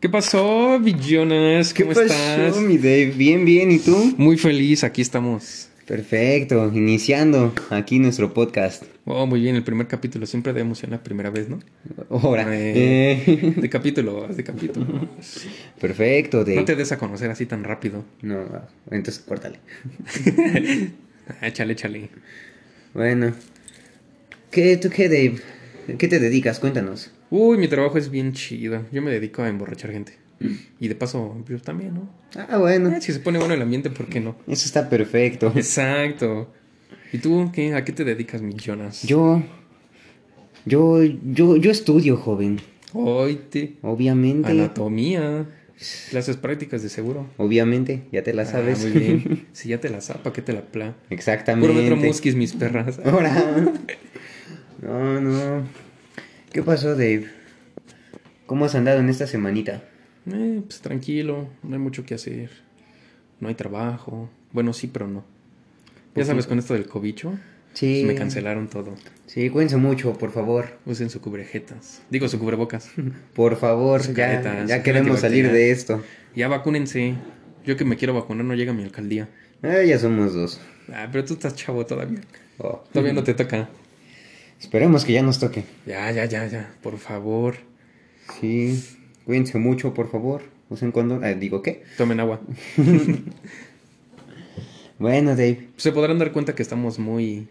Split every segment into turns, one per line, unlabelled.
¿Qué pasó, billonas?
¿Qué
¿Cómo
pasó,
estás?
mi Dave? Bien, bien, ¿y tú?
Muy feliz, aquí estamos.
Perfecto, iniciando aquí nuestro podcast.
Oh, muy bien, el primer capítulo. Siempre da emoción la primera vez, ¿no?
Ahora.
Eh.
Eh,
De capítulo, vas de capítulo.
Perfecto, Dave.
No te des a conocer así tan rápido.
No, ah, entonces córtale.
Ah, Échale, échale.
Bueno. ¿Qué, ¿Tú qué, Dave? ¿Qué te dedicas? Cuéntanos.
Uy, mi trabajo es bien chido. Yo me dedico a emborrachar gente. Y de paso, yo también, ¿no?
Ah, bueno.
Ah, si se pone bueno el ambiente, ¿por qué no?
Eso está perfecto.
Exacto. ¿Y tú qué? ¿A qué te dedicas, mi Jonas?
Yo... Yo, yo, yo estudio, joven.
Hoy te.
Obviamente.
Anatomía. Clases prácticas de seguro.
Obviamente, ya te la sabes.
Ah, muy bien. Si ya te la zapa, que te la pla.
Exactamente.
Puro metro muskis, mis perras.
Ahora. No, no. ¿Qué pasó, Dave? ¿Cómo has andado en esta semanita?
Eh, pues tranquilo, no hay mucho que hacer. No hay trabajo. Bueno, sí, pero no. Ya sabes, con esto del cobicho, pues,
Sí.
me cancelaron todo.
Sí, cuídense mucho, por favor.
Usen su cubrejetas. Digo, su cubrebocas.
Por favor,
Sus
ya,
caretas,
ya
su
queremos
gente
salir
divertida.
de esto.
ya vacúnense. Yo que me quiero vacunar no llega a mi alcaldía.
Ah, ya somos dos.
Ah, pero tú estás chavo todavía.
Oh.
Todavía no te toca.
Esperemos que ya nos toque.
Ya, ya, ya, ya. Por favor,
Sí. Cuídense mucho, por favor. Usen condón. Ah, digo, ¿qué?
tomen agua.
Bueno, Dave.
Se podrán dar cuenta que estamos muy,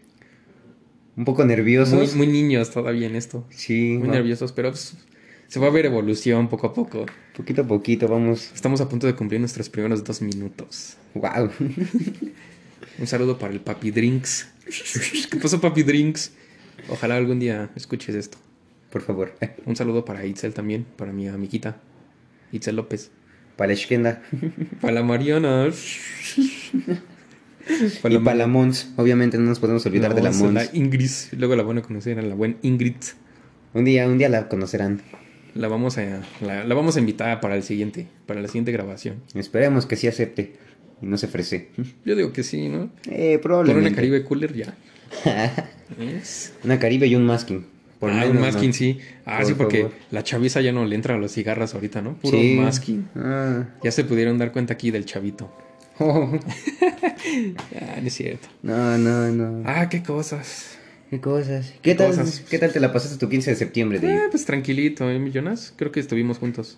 Un poco
muy,
nerviosos.
muy niños todavía en esto.
Sí.
Muy
va-
nerviosos, pero pues, se va a ver evolución poco a poco.
Poquito a poquito, vamos.
Estamos a punto de cumplir nuestros primeros dos minutos.
Wow.
Un saludo para el Papi Drinks. ¿Qué pasó, Papi Drinks? Ojalá algún día escuches esto.
Por favor.
Un saludo para Itzel también, para mi amiguita. Itzel López.
Para la esquina.
Para la Mariana. Para
y para la Mons. Obviamente no nos podemos olvidar de la
No,
Mons.
la Ingrid. Luego la van a conocer a la buena Ingrid.
Un día, un día la conocerán.
La vamos a, la, la vamos a invitar para el siguiente, para la siguiente grabación.
Esperemos que sí acepte y no se ofrece.
Yo digo que sí, ¿no?
Eh,
Por
probablemente.
una Caribe Cooler ya. ¿Ves?
Una Caribe y un masking. Por
ah,
menos,
un
¿no?
masking, sí. Ah,
Por
sí, porque
favor.
la chaviza ya no le entra a los cigarras ahorita, ¿no? Puro
Sí.
masking.
Ah.
Ya se pudieron dar cuenta aquí del chavito.
Oh,
Ah, no es cierto.
No, no, no.
Ah, qué cosas.
Qué cosas. ¿Qué tal,
cosas.
¿Qué tal te la pasaste tu 15 de septiembre, Dave?
Ah, pues tranquilito, ¿eh, millonas? Creo que estuvimos juntos.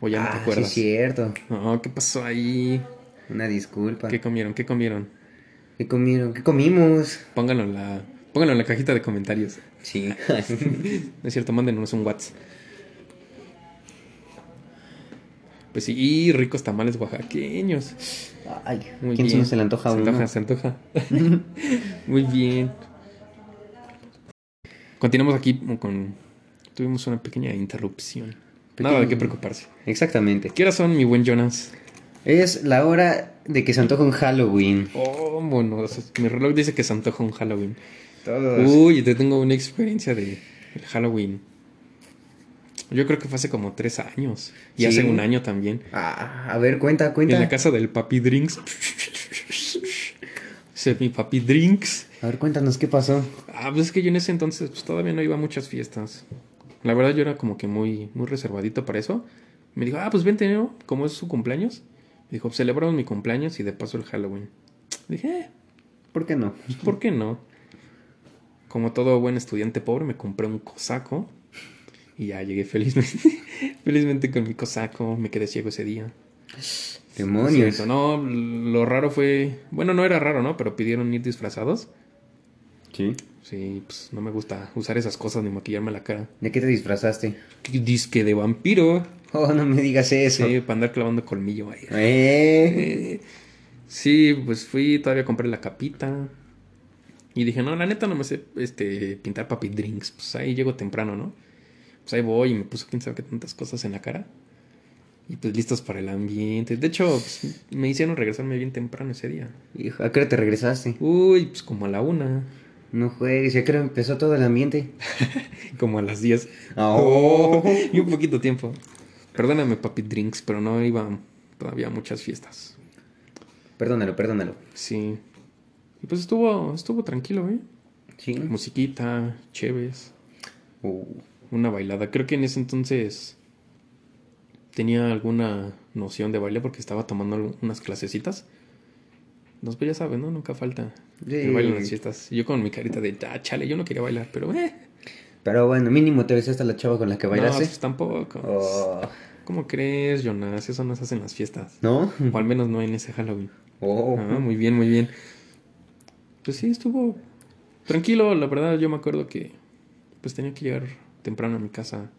O ya no te
Ah, sí,
acuerdas.
cierto.
No, ¿qué pasó ahí?
Una disculpa.
¿Qué
¿Qué,
comieron? ¿Qué comieron?
comieron? ¿Qué comimos?
Pónganlo en la, pónganlo en la cajita de comentarios.
Sí.
No es cierto, mándenos un WhatsApp. Pues sí, y ricos tamales oaxaqueños.
Ay,
Muy
¿quién se
bien.
no se le antoja
Se
uno?
antoja, se antoja. Muy bien. Continuamos aquí con... Tuvimos una pequeña interrupción. Nada de
Pequeño.
qué preocuparse.
Exactamente.
¿Qué horas son, mi buen Jonas?
Es la hora de que se antoja un Halloween.
Oh, bueno, mi reloj dice que se antoja un Halloween.
Todos.
Uy, te tengo una experiencia de el Halloween. Yo creo que fue hace como tres años. Y
Sí.
hace un año también.
Ah, a ver, cuenta, cuenta.
En la casa del Papi Drinks. Ese mi Papi Drinks.
A ver, cuéntanos qué pasó.
Ah, pues es que yo en ese entonces pues, todavía no iba a muchas fiestas. La verdad yo era como que muy, muy reservadito para eso. Me dijo, ah, pues vente, ¿no? Como es su cumpleaños. Me dijo, celebramos mi cumpleaños y de paso el Halloween. Dije, "Eh, pues,
¿Por qué no?
¿Por qué no? Como todo buen estudiante pobre, me compré un cosaco. Y ya llegué felizmente, felizmente con mi cosaco. Me quedé ciego ese día.
Demonios.
Cierto, No, lo raro fue. Bueno, no era raro, ¿no? Pero pidieron ir disfrazados.
Sí.
Sí, pues no me gusta usar esas cosas ni maquillarme la cara.
¿De qué te disfrazaste?
Disque de vampiro.
Oh, no me digas eso.
Sí, para andar clavando colmillo ahí.
Eh,
Eh, Sí, pues fui, todavía compré la capita. Y dije, no, la neta no me sé este, pintar papi drinks. Pues ahí llego temprano, ¿no? Pues ahí voy y me puso quién sabe qué tantas cosas en la cara. Y pues listos para el ambiente. De hecho, pues, me hicieron regresarme bien temprano ese día.
hijo, ¿A qué hora te regresaste?
Uy, pues como a la una,
No juegues, ¿y a qué hora empezó todo el ambiente?
como a las diez.
Oh.
y un poquito tiempo. Perdóname, papi drinks, pero no iba todavía a muchas fiestas.
Perdónalo, perdónalo.
Sí. Y pues estuvo, estuvo tranquilo, ¿eh?
Sí.
Musiquita, chéves,
Uh,
una bailada. Creo que en ese entonces tenía alguna noción de baile porque estaba tomando algu- unas clasecitas. Nos pues ya sabes, ¿no? Nunca falta
Sí.
el baile en las fiestas. Yo con mi carita de, ah, chale, yo no quería bailar, pero eh.
Pero bueno, mínimo te besaste a la chava con la que
No,
bailaste.
pues tampoco.
Oh,
¿Cómo crees, Jonas? Eso no se hace en las fiestas.
¿No?
O al menos no en ese Halloween.
Oh.
Ah, muy bien, muy bien. Pues sí, estuvo tranquilo, la verdad. Yo me acuerdo que pues tenía que llegar temprano a mi casa.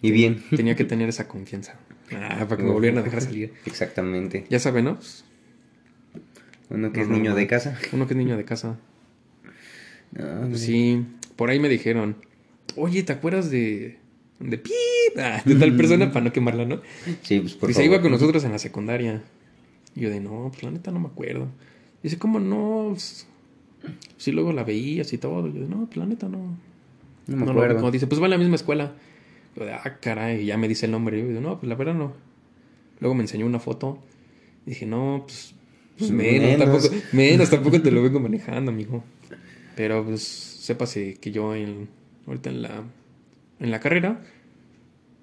Y bien.
Tenía que tener esa confianza. Ah, para que me volvieran a dejar salir.
Exactamente.
Ya saben, ¿no? Pues,
Uno que
No,
es
no,
niño
no.
de casa. Ah,
uno que es niño de casa.
No,
Pues sí, por ahí me dijeron, oye, ¿te acuerdas de... de Pip? Ah, de tal persona para no quemarla, ¿no?
Sí, pues por
Dice,
favor.
iba con nosotros en la secundaria. Y yo de, no, pues la neta no me acuerdo. Dice, ¿cómo no? Pues, Sí, luego la veías y todo. Yo de, no, pues la neta no.
No me
No lo
acuerdo.
ubico. Dice, pues va a la misma escuela. Yo de, ah, caray, y ya me dice el nombre. Yo digo, no, pues la verdad no. Luego me enseñó una foto. Dije, no, pues, pues menos,
Menos.
tampoco, menos, tampoco te lo vengo manejando, amigo. Pero pues sépase que yo en, ahorita en la, en la carrera,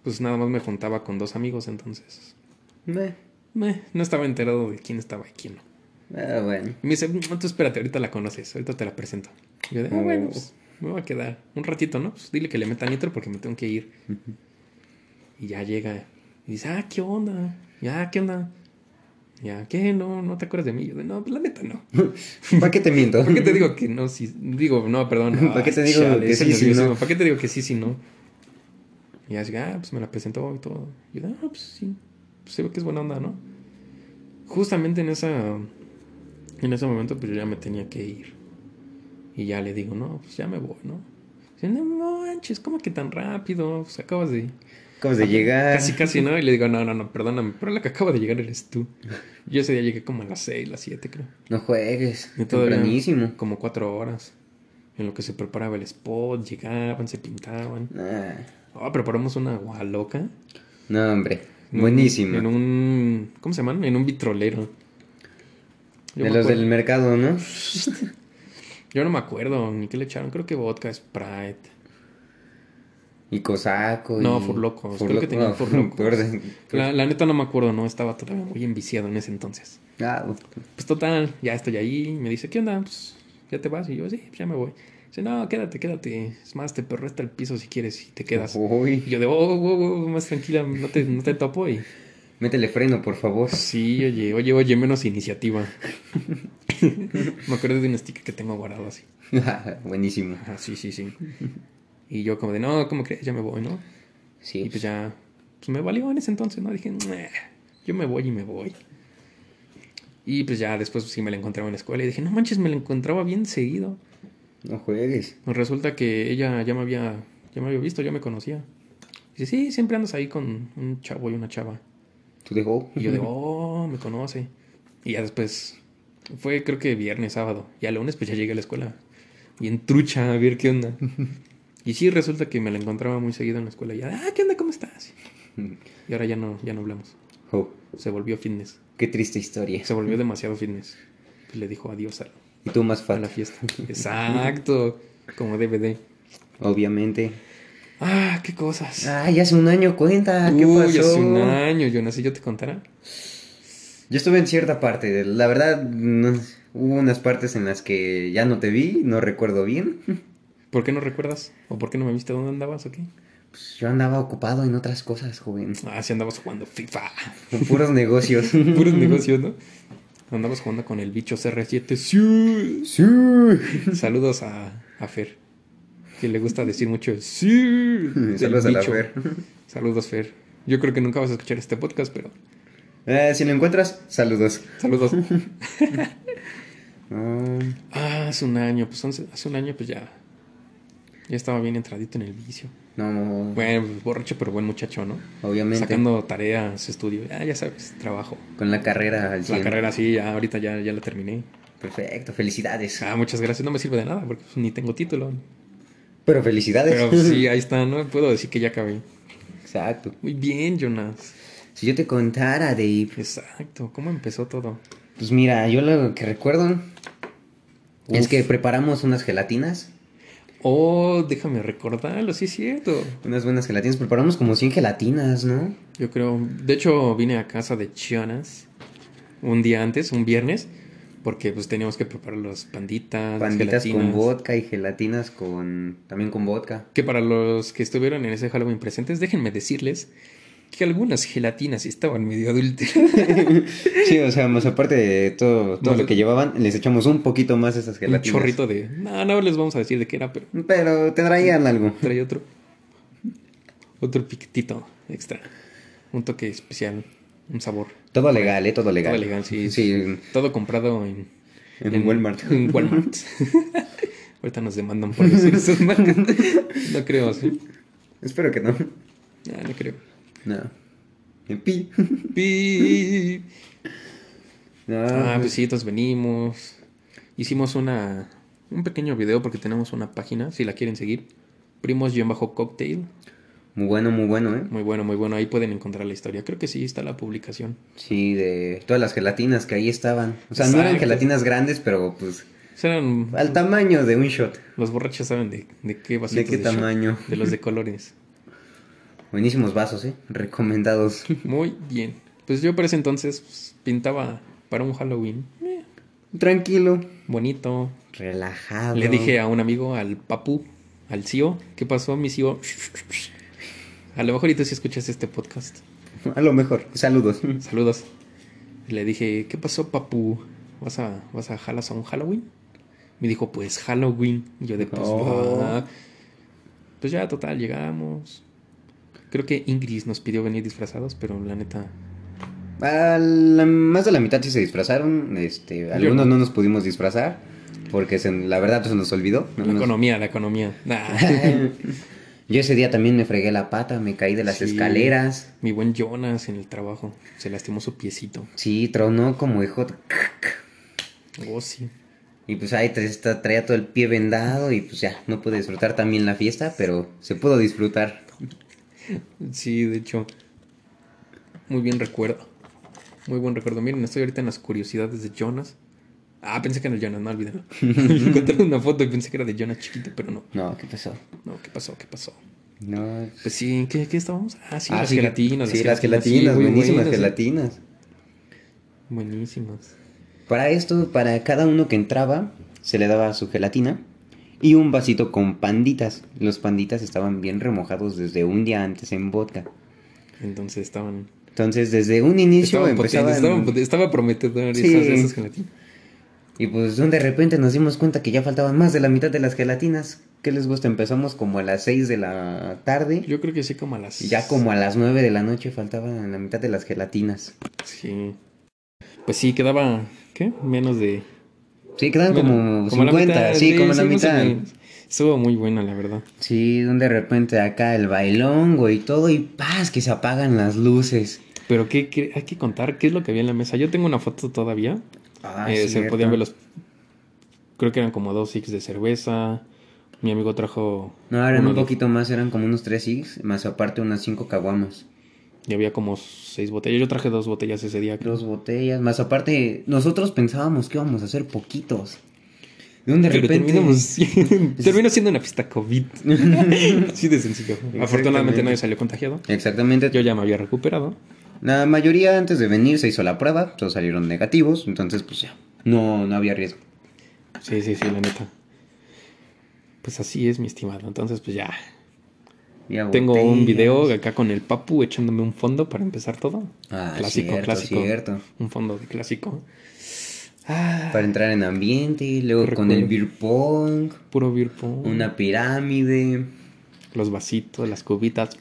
pues nada más me juntaba con dos amigos, entonces
Meh.
meh, no estaba enterado de quién estaba y quién no.
Ah, bueno.
Y me dice, "Mm, tú espérate, ahorita la conoces, ahorita te la presento. Y yo de, ah, bueno, pues, me voy a quedar un ratito, ¿no? Pues dile que le meta nitro porque me tengo que ir. Y ya llega y dice, ah, ¿qué onda? Ya, ¿qué onda? Ya, ¿qué? No, no te acuerdas de mí. Yo de, no, pues la neta no.
¿Para qué te miento?
¿Por qué te digo que no? Si, digo, no, perdón. ah,
¿Para qué te digo que
ese
sí, si
nerviosismo.
no?
¿Para qué te digo que sí, si no? Y así, ah, pues me la presentó y todo. Y yo, ah, pues sí. Pues se ve que es buena onda, ¿no? Justamente en esa. En ese momento, pues yo ya me tenía que ir. Y ya le digo, no, pues ya me voy, ¿no? Dice, no manches, ¿cómo que tan rápido? Pues acabas de.
Acabas de llegar.
Casi, casi, ¿no? Y le digo, no, no, no, perdóname, pero la que acaba de llegar eres tú. Yo ese día llegué como a las 6, las 7, creo.
No juegues.
Y todavía
Tempranísimo.
Como cuatro horas. En lo que se preparaba el spot, llegaban, se pintaban.
Ah,
Ah, preparamos una agua loca.
no, hombre.
En un-
Buenísimo.
En un. ¿Cómo se llaman? En un vitrolero. Yo,
de
me
los
acuerdo-
del mercado, ¿no?
yo no me acuerdo ni qué le echaron. Creo que vodka, Sprite.
Y cosaco.
No,
y...
furlocos. Creo
Furlo-
que tenían
no,
furlocos.
perdón.
La, la neta no me acuerdo, no. Estaba todavía muy enviciado en ese entonces.
Ah, uf.
Pues total, ya estoy ahí. Me dice, ¿qué onda? Pues, ¿ya te vas? Y yo, sí, pues ya me voy. Dice, no, quédate, quédate. Es más, te perro hasta el piso si quieres y te quedas. Y
Uy,
yo de, oh, oh, oh, oh, más tranquila, no te, no te topo. Y
métele freno, por favor.
sí, oye, oye, oye, menos iniciativa. Me acuerdo de un sticker que tengo guardado así.
Buenísimo.
Ajá, sí, sí, sí. Y yo como de, no, ¿cómo crees? Ya me voy, ¿no?
Sí.
Y pues ya, pues me valió en ese entonces, ¿no? Dije, "Meh, yo me voy y me voy. Y pues ya después sí me la encontraba en la escuela y dije, no manches, me la encontraba bien seguido.
No juegues.
Pues resulta que ella ya me había, ya me había visto, ya me conocía. Dice, sí, siempre andas ahí con un chavo y una chava.
Tú dejó.
Y yo de, oh, me conoce. Y ya después, fue creo que viernes, sábado. Y al lunes pues ya llegué a la escuela. Y en trucha, a ver qué onda. Y sí, resulta que me la encontraba muy seguido en la escuela. Y ya, ah, ¿qué onda? ¿Cómo estás? Y ahora ya no, ya no hablamos.
Oh,
Se volvió fitness.
qué triste historia.
Se volvió demasiado fitness. Pues le dijo adiós a,
Y tú más
a la
fatal.
fiesta. Exacto. Como DVD.
Obviamente.
Ah, qué cosas.
Ah, ya hace un año cuenta. Ah, ¿Qué
Uy,
pasó?
hace un año, yo nací, yo te contara.
Yo estuve en cierta parte. de- La verdad, no- hubo unas partes en las que ya no te vi, no recuerdo bien.
¿Por qué no recuerdas? ¿O por qué no me viste dónde andabas o qué?
Pues yo andaba ocupado en otras cosas, joven.
Ah, sí andabas jugando FIFA.
Con puros negocios.
Puros negocios, ¿no? Andabas jugando con el bicho CR7. Sí.
Sí.
Saludos a, a Fer. Que le gusta decir mucho el sí. del
Saludos a la
bicho.
Fer.
Saludos, Fer. Yo creo que nunca vas a escuchar este podcast, pero
Eh, si lo encuentras, saludos.
saludos.
Ah,
Ah, hace un año, pues once- hace un año pues ya. Ya estaba bien entradito en el vicio.
no,
Bueno, pues, borracho, pero buen muchacho, ¿no?
obviamente.
Sacando tareas, estudio. Ah, ya sabes, trabajo.
Con la carrera al
La
100.
carrera sí, ya ahorita ya, ya la terminé.
Perfecto, felicidades.
Ah, muchas gracias, no me sirve de nada porque pues, ni tengo título.
Pero felicidades.
Pero pues, sí, ahí está, ¿no? Puedo decir que ya acabé.
Exacto.
Muy bien, Jonas.
Si yo te contara, Dave.
Exacto, ¿cómo empezó todo?
Pues mira, yo lo que recuerdo es
Uf.
que preparamos unas gelatinas.
Oh, déjame recordarlo, sí es cierto.
Unas buenas gelatinas. Preparamos como 100 gelatinas, ¿no?
Yo creo, de hecho vine a casa de Chionas un día antes, un viernes, porque pues teníamos que preparar las panditas, las
Panditas con
gelatinas.
vodka y gelatinas con. También con vodka.
Que para los que estuvieron en ese Halloween presentes, déjenme decirles que algunas gelatinas estaban medio adulteradas.
Sí, o sea, más aparte de todo, todo
No,
lo que llevaban, les echamos un poquito más esas
Un
gelatinas.
chorrito de... No, no les vamos a decir de qué era, pero
Pero tendrían algo.
trae otro... Otro piquetito extra. Un toque especial. Un sabor.
Todo legal, ¿eh? Todo legal.
Todo legal, sí.
Sí,
Todo comprado en...
en, Walmart.
En Walmart. Ahorita nos demandan por decir sus marcas. No creo, sí.
Espero que no.
Ah, no creo.
No. En pi.
Pi.
No.
Ah, pues sí, entonces venimos. Hicimos una un pequeño video porque tenemos una página, si la quieren seguir. Primos-cocktail.
Muy bueno, muy bueno, ¿eh?
Muy bueno, muy bueno. Ahí pueden encontrar la historia. Creo que sí está la publicación.
Sí, de todas las gelatinas que ahí estaban. O sea, no eran
Exacto.
gelatinas grandes, pero pues
Serán,
al tamaño de un shot.
los borrachos saben de, de qué
¿De
vasitos
qué
shot,
tamaño?
de los de colores.
Buenísimos vasos, ¿eh? Recomendados.
Muy bien. Pues yo para ese entonces pues, pintaba para un Halloween. eh,
Tranquilo.
bonito.
Relajado.
Le dije a un amigo, al papu, al CEO, ¿qué pasó, mi CEO? A lo mejor y tú sí escuchas este podcast.
A lo mejor. Saludos.
Saludos. Y Le dije, ¿qué pasó, papu? ¿Vas a, vas a jalas a un Halloween? Me dijo, pues Halloween. Y yo de pues,
Oh.
"Va". pues ya, total, llegamos. Creo que Ingrid nos pidió venir disfrazados, pero la neta,
A la- más de la mitad sí se disfrazaron. Este, algunos no nos pudimos disfrazar. Porque se- la verdad se nos olvidó. No
la
nos-
economía, la economía. Nah.
Yo ese día también me fregué la pata, me caí de las
Sí.
escaleras.
Mi buen Jonas en el trabajo se lastimó su piecito.
Sí, tronó como hijo.
Oh, sí.
Y pues ahí tra- está- traía todo el pie vendado y pues ya, no pude disfrutar también la fiesta, pero se pudo disfrutar.
Sí, de hecho. Muy bien recuerdo. Muy buen recuerdo. Miren, estoy ahorita en las curiosidades de Jonas. Ah, pensé que era el Jonas, no olvídalo. Encontré una foto y pensé que era de Jonas chiquito, pero no.
No, ¿qué pasó?
No, ¿qué pasó? ¿Qué pasó?
No.
Pues sí, ¿qué, qué estábamos? Ah, sí,
Ah,
las
sí,
gelatinas.
Sí, las
sí,
gelatinas,
muy
buenísimas
buenas, ¿eh?
gelatinas.
Buenísimas.
Para esto, para cada uno que entraba, se le daba su gelatina y un vasito con panditas. Los panditas estaban bien remojados desde un día antes en vodka.
Entonces estaban.
Entonces, desde un inicio
Estaba,
empezaban...
estaba prometedor
Sí.
esas, esas gelatinas.
Y pues de repente nos dimos cuenta que ya faltaban más de la mitad de las gelatinas. ¿Qué les gusta? Empezamos como a las 6 de la tarde.
Yo creo que sí, como a las.
Y ya como a las 9 de la noche faltaban la mitad de las gelatinas.
Sí. Pues sí, quedaba. ¿Qué? Menos de
Sí, quedan
Bueno,
como,
la
50,
mitad,
sí, como la
sí, más o
mitad.
menos. Estuvo muy buena, la verdad.
Sí, de repente acá el bailón, güey, todo y paz, que se apagan las luces.
Pero ¿qué, qué- hay que contar qué es lo que había en la mesa. Yo tengo una foto todavía.
Ah,
Eh, se
cierto.
podían ver los... Creo que eran como dos six de cerveza. Mi amigo trajo...
No, eran
uno
un
de-
poquito más, eran como unos 3 six, más aparte unas 5 caguamas.
Y había como seis botellas. Yo traje dos botellas ese día. creo.
Dos botellas, más aparte, nosotros pensábamos que íbamos a hacer poquitos. De un de
Pero
repente...
terminamos... Terminó siendo una fiesta COVID. Así de sencillo. Afortunadamente nadie salió contagiado.
Exactamente.
Yo ya me había recuperado.
La mayoría antes de venir se hizo la prueba, todos salieron negativos, entonces pues ya, no, no había riesgo.
Sí, sí, sí, la neta. Pues así es, mi estimado. Entonces, pues ya,
Ya
Tengo un
botellas.
video acá con el Papu echándome un fondo para empezar todo.
Ah,
clásico,
cierto,
clásico.
cierto.
Un fondo de clásico. Ah,
Para entrar en ambiente, luego
Qué
con el
recuerdo.
beer pong,
puro virpo.
una pirámide,
Los vasitos, las cubitas.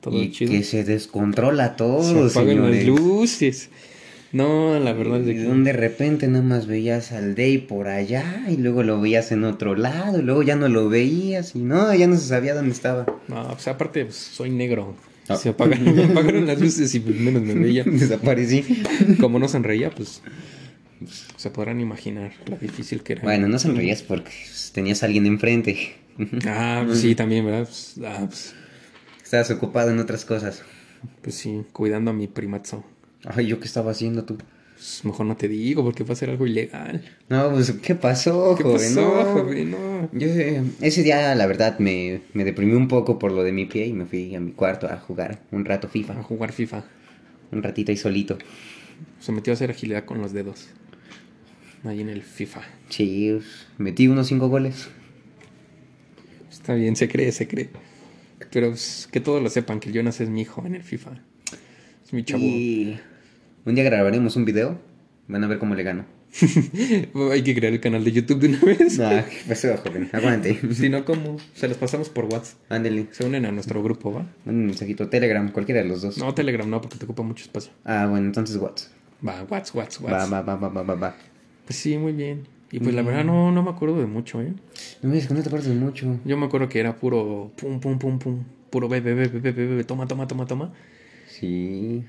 Todo
y
chido.
que se descontrola todo,
Se apagan las
señores.
luces. No, la verdad es de
Y
que...
donde de repente nada más veías al Day por allá, y luego lo veías en otro lado, y luego ya no lo veías, y no, ya no se sabía dónde estaba.
No, pues aparte pues, soy negro.
Ah.
Se apagaron, me apagaron las luces y pues, menos me veía.
Desaparecí.
Como no sonreía, pues... Se podrán imaginar lo difícil que era.
Bueno, no sonreías porque pues, tenías a alguien enfrente.
Ah, pues, sí, también, ¿verdad? Pues, ah, pues,
Estabas ocupado en otras cosas.
pues sí, cuidando a mi primazo.
Ay, ¿yo qué estaba haciendo tú?
pues mejor no te digo porque va a ser algo ilegal.
No, pues, ¿qué pasó,
¿Qué
joven?
pasó,
No.
joven? No.
Yo, eh, ese día, la verdad, me, me deprimí un poco por lo de mi pie y me fui a mi cuarto a jugar un rato
A
FIFA.
jugar FIFA.
Un ratito ahí solito.
Se metió a hacer agilidad con los dedos. Ahí en el FIFA.
Sí, metí unos cinco goles.
Está bien, se cree, se cree. Pero pues, que todos lo sepan, que el Jonas es mi hijo en el FIFA. Es mi chavo.
Y un día grabaremos un video. Van a ver cómo le gano.
Hay que crear el canal de YouTube de una vez.
Ah, ¿qué pasó, joven? Aguante.
Si no, ¿cómo? Se las pasamos por WhatsApp.
Ándale.
Se unen a nuestro grupo, ¿va?
Un mensajito. Telegram, cualquiera de los dos.
No, Telegram no, porque te ocupa mucho espacio.
Ah, bueno, entonces WhatsApp.
Va, WhatsApp, WhatsApp,
Va,
WhatsApp.
va, va, va, va, va, va.
Pues sí, muy bien. Y pues la
Mm.
verdad no, no me acuerdo de mucho, ¿eh?
No me digas que no te acuerdas de mucho.
Yo me acuerdo que era puro pum, pum, pum, pum. Puro bebe, bebe, bebe, bebe, toma, toma, toma, toma.
Sí.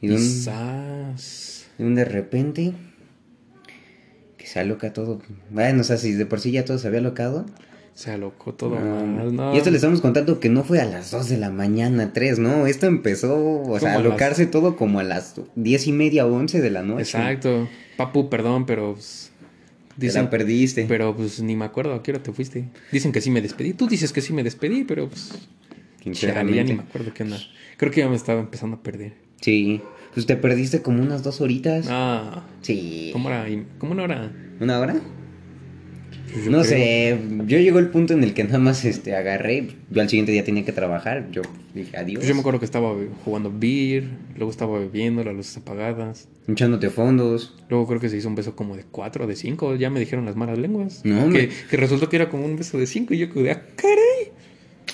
Y de un,
Quizás.
de un de repente. Que se aloca todo. Bueno, o sea, si de por sí ya todo se había alocado.
Se alocó todo
no,
más,
no.
¿no?
Ah. Y esto le estamos contando que no fue a las 2 de la mañana, 3, ¿no? Esto empezó, o sea, a
a las-
alocarse todo como a las 10 y media o 11 de la noche.
Exacto. Papu, perdón, pero. pues,
Te
dicen.
la perdiste.
Pero pues ni me acuerdo a qué hora te fuiste. Dicen que sí me despedí. Tú dices que sí me despedí, pero pues. Chale, ya ni me
sinceramente.
acuerdo qué onda. Creo que ya me estaba empezando a perder.
Sí. Pues te perdiste como unas dos horitas.
Ah,
Sí.
¿cómo era? ¿Cómo una hora?
¿Una hora?
Pues, yo
No
creo.
sé, yo llegó el punto en el que nada más este, agarré, yo al siguiente día tenía que trabajar, yo dije adiós.
Pues yo me acuerdo que estaba be- jugando beer, luego estaba bebiendo, las luces apagadas.
Hinchándote fondos.
Luego creo que se hizo un beso como de cuatro o de cinco, ya me dijeron las malas lenguas.
No,
que,
hombre.
que resultó que era como un beso de cinco y yo quedé, ¡ah, caray!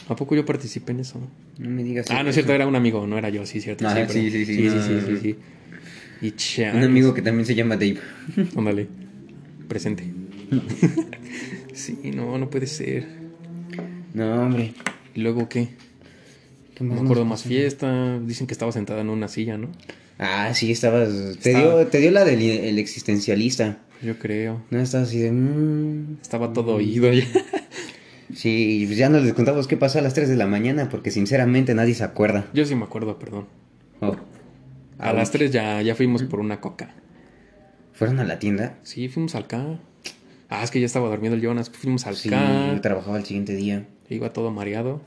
¿A poco yo participé en eso?
No me digas.
Ah, no es
eso.
cierto, era un amigo, no era yo, sí, cierto.
Ajá,
pero-
sí, sí, sí,
sí,
no,
sí,
no,
sí,
no.
sí. Y
Un
chale.
amigo que también se llama Dave.
Ándale, presente. sí, no, no puede ser.
No, hombre.
¿Y luego qué?
¿qué
No me
más nos
acuerdo más fiesta. Dicen que estaba sentada en una silla, ¿no?
Ah, sí, estabas. Te,
Estaba-
Dio, te dio la del el existencialista.
Yo creo.
No, estabas así de. mm.
Estaba todo oído ya.
Sí, y pues ya nos les contamos qué pasó a las 3 de la mañana, porque sinceramente nadie se acuerda.
Yo sí me acuerdo, perdón.
Oh.
A las 3 ya, ya fuimos por una coca.
¿Fueron a la tienda?
Sí, fuimos al K. Ah, es que ya estaba durmiendo el Jonas. Fuimos al
Sí,
K.
yo trabajaba el siguiente día.
Iba todo mareado.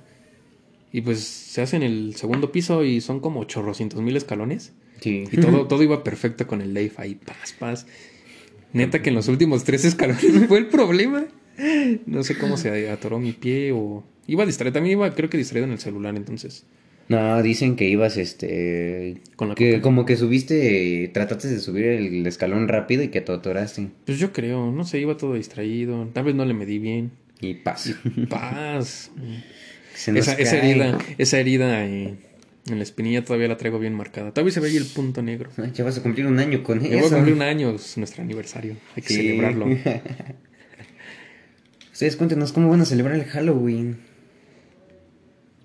Y pues se hace en el segundo piso y son como 800 mil escalones.
Sí.
Y todo, todo iba perfecto con el Dave ahí, paz, paz. Neta que en los últimos tres escalones fue el problema. No sé cómo se atoró mi pie o... Iba distraído, también iba creo que distraído en el celular entonces.
No, dicen que ibas, este...
Con la
que
coca.
como que subiste, trataste de subir el escalón rápido y que te atoraste.
Pues yo creo, no sé, iba todo distraído. Tal vez no le medí bien.
Y paz.
Paz.
Se nos
esa, esa
cae.
herida, esa herida eh, en la espinilla todavía la traigo bien marcada. Todavía se ve ahí el punto negro.
Ay, Ya vas a cumplir un año con
Ya voy a
eso.
cumplir un año, es nuestro aniversario. Hay que
Sí.
celebrarlo.
Ustedes cuéntenos cómo van a celebrar el Halloween.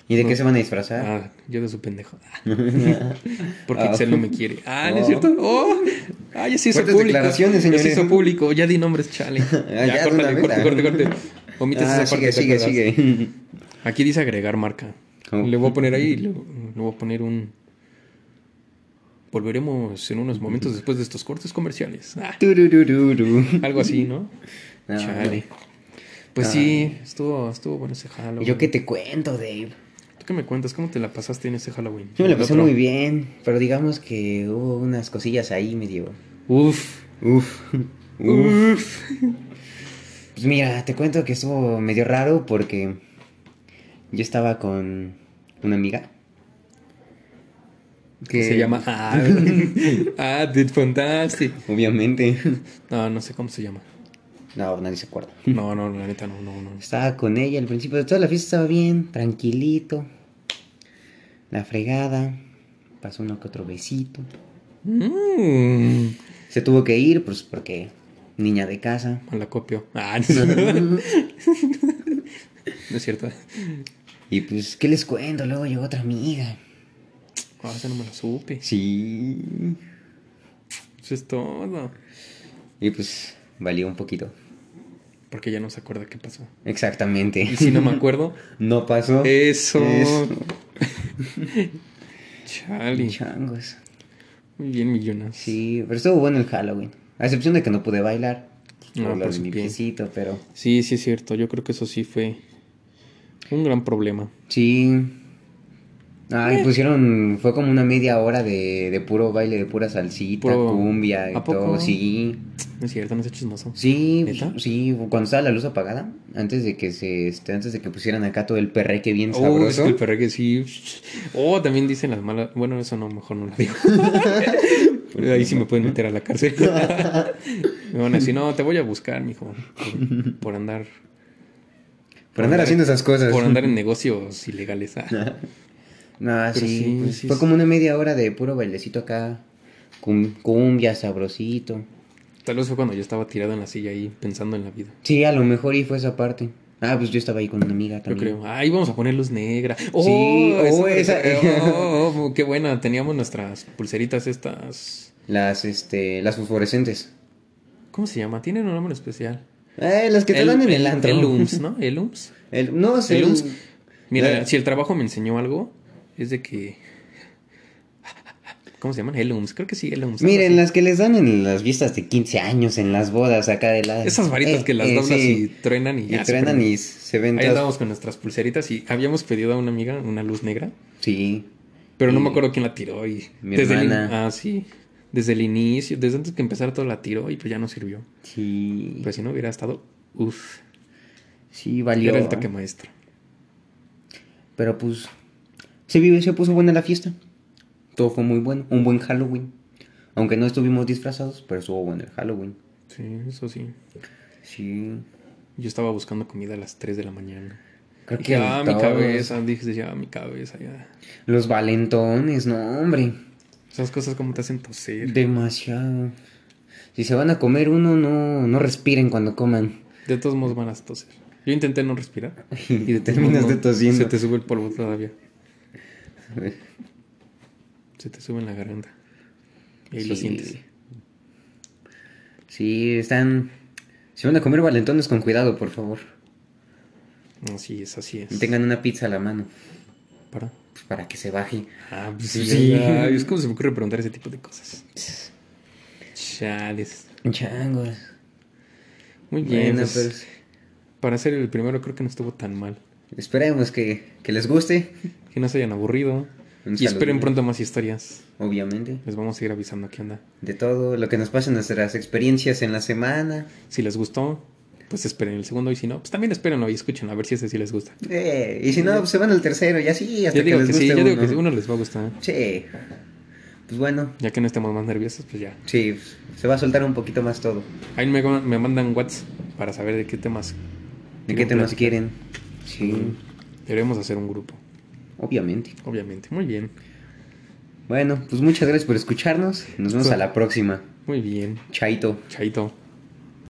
¿Y de
No.
qué se van a disfrazar?
Ah, yo de su pendejo. Porque Excel no me quiere. Ah, ¿no es
Oh.
cierto? ¡Oh! Ah, ya se hizo
Fuertes
público.
declaraciones,
Ya se
señores.
hizo público. Ya di nombres, chale.
Ah,
ya,
ya, de una
córtale,
vez,
corte,
ah.
corte, corte. Omites
Ah,
esa parte.
sigue,
¿te
sigue,
acuerdas?
sigue.
Aquí dice agregar marca.
Oh.
Le voy a poner ahí, le, le voy a poner un... Volveremos en unos momentos después de estos cortes comerciales. Ah,
Tururururu.
algo así, ¿no?
No,
chale.
no.
Pues
Ah.
sí, estuvo, estuvo bueno ese Halloween.
¿Y yo qué te cuento, Dave?
¿Tú qué me cuentas? ¿Cómo te la pasaste en ese Halloween?
Yo me la
El
pasé
otro.
muy bien, pero digamos que hubo unas cosillas ahí medio...
Uf.
Uf, uf.
Uf.
Pues mira, te cuento que estuvo medio raro porque yo estaba con una amiga.
que se llama ah, ah Dude Fantastic.
Obviamente.
No, no sé cómo se llama.
No, nadie se acuerda.
No, no, la neta no, no, no.
Estaba con ella al principio de toda la fiesta, estaba bien, tranquilito. La fregada. Pasó uno que otro besito.
Mm,
Se tuvo que ir, pues porque niña de casa.
la copio. Ah, no, no es cierto.
Y pues, ¿qué les cuento? Luego llegó otra amiga.
Ah, esa no me la supe.
Sí.
Eso Pues es todo.
Y pues, valió un poquito.
Porque ya no se acuerda qué pasó.
Exactamente.
Y si no me acuerdo,
No pasó.
eso.
Eso.
Charlie.
Changos.
Bien millonas.
Sí, pero estuvo bueno el Halloween. A excepción de que no pude bailar.
No, pues
por lo
por
de
su
mi
pie.
piecito, pero.
Sí, sí es cierto. Yo creo que eso sí fue un gran problema.
Sí. Ay,
Eh.
pusieron. Fue como una media hora de, de puro baile, de pura salsita,
Puro-
cumbia y
¿A poco?
todo. Sí.
No es cierto, no es chismoso.
Sí,
¿Neta?
sí, cuando estaba la luz apagada, antes de que se, este, antes de que pusieran acá todo el perreque bien
Oh, es
sabroso.
que el perreque sí. Oh, también dicen las malas. Bueno, eso no, mejor no lo digo. Ahí sí me pueden meter a la cárcel. me van a decir, no, te voy a buscar, mijo. Por, por andar.
por andar haciendo esas cosas.
Por andar en negocios ilegales. Ah,
No,
Pero
sí,
sí,
pues,
sí,
fue
sí.
como una media hora de puro bailecito acá, cum- cumbia, sabrosito.
Tal vez fue cuando yo estaba tirado en la silla ahí pensando en la vida.
Sí, a lo mejor y fue esa parte. Ah, pues yo estaba ahí con una amiga
Yo
también.
creo. Ahí vamos a poner luz negra. Oh,
Sí,
eso
oh,
me
esa-
recuerda. Oh, oh, qué buena. Teníamos nuestras pulseritas estas.
Las, este, las fosforescentes.
¿Cómo se llama? Tienen un nombre especial.
Eh, las que te dan en el antro.
El UMS, ¿no? El UMS.
El- no sé.
El UMS. Mira,
la-
si el trabajo me enseñó algo, es de que. ¿Cómo se llaman? El UMS. Creo que sí, el UMS. algo
Miren,
así.
las que les dan en las fiestas de 15 años, en las bodas acá de la...
Esas varitas
Eh,
que las
eh,
doblas
sí.
y truenan y
Y
ya. se
truenan
prenden.
y se ven
Ahí
todas-
estábamos con nuestras pulseritas y habíamos pedido a una amiga una luz negra,
Sí.
pero no
Y-
me acuerdo quién la tiró y
Mi
desde el in-
hermana.
ah sí, desde el inicio, desde antes que empezara todo la tiró y pues ya no sirvió.
Sí.
Pero si no hubiera estado, uff,
sí,
era
valió.
el toque maestro.
Pero pues se vive, se puso buena la fiesta. Todo fue muy bueno, un buen Halloween. Aunque no estuvimos disfrazados, pero estuvo bueno el Halloween.
Sí, eso sí.
Sí.
Yo estaba buscando comida a las 3 de la mañana.
Creo que
Dije, ah, mi
todos-
cabeza, dije, ya, mi cabeza, ya.
Los valentones, no, hombre.
Esas cosas como te hacen toser.
Demasiado. Si se van a comer uno, no, no respiren cuando coman.
De todos modos van a toser. Yo intenté no respirar. Y de todos
Terminaste
modos no-
tosiendo.
Se te sube el polvo todavía. Se te sube en la garganta. Y ahí lo
Sí.
sientes.
Sí, están. Si van a comer valentones, con cuidado, por favor.
Así es, así
Y
es.
tengan una pizza a la mano.
Para.
pues, para que se baje.
Ah, pues
Sí.
sí. ay, es como se me ocurre preguntar ese tipo de cosas. Chales.
Changos.
Muy bien.
Bueno,
pues,
pues,
Para ser el primero creo que no estuvo tan mal.
esperemos que, que les guste,
Que no se hayan aburrido.
Un
y esperen
saludo.
pronto más historias.
obviamente.
Les vamos a ir avisando qué onda.
De todo lo que nos pasa en nuestras experiencias en la semana.
Si les gustó, pues esperen el segundo. Y si no, pues también espérenlo y escuchen a ver si ese sí les gusta.
Eh, y si no, pues se van al tercero y así hasta
Yo digo
que
que,
les guste
sí, yo digo
uno.
que sí, uno les va a gustar.
Sí. Pues bueno,
Ya que no estemos más nerviosos, pues ya.
sí, se va a soltar un poquito más todo.
Ahí me, me mandan WhatsApp para saber de qué temas
¿De
Quieren
qué temas
platicar.
quieren? Sí,
debemos hacer un grupo.
obviamente.
Obviamente. Muy bien.
Bueno, pues muchas gracias por escucharnos. Nos vemos a la próxima.
Muy bien.
Chaito.
Chaito.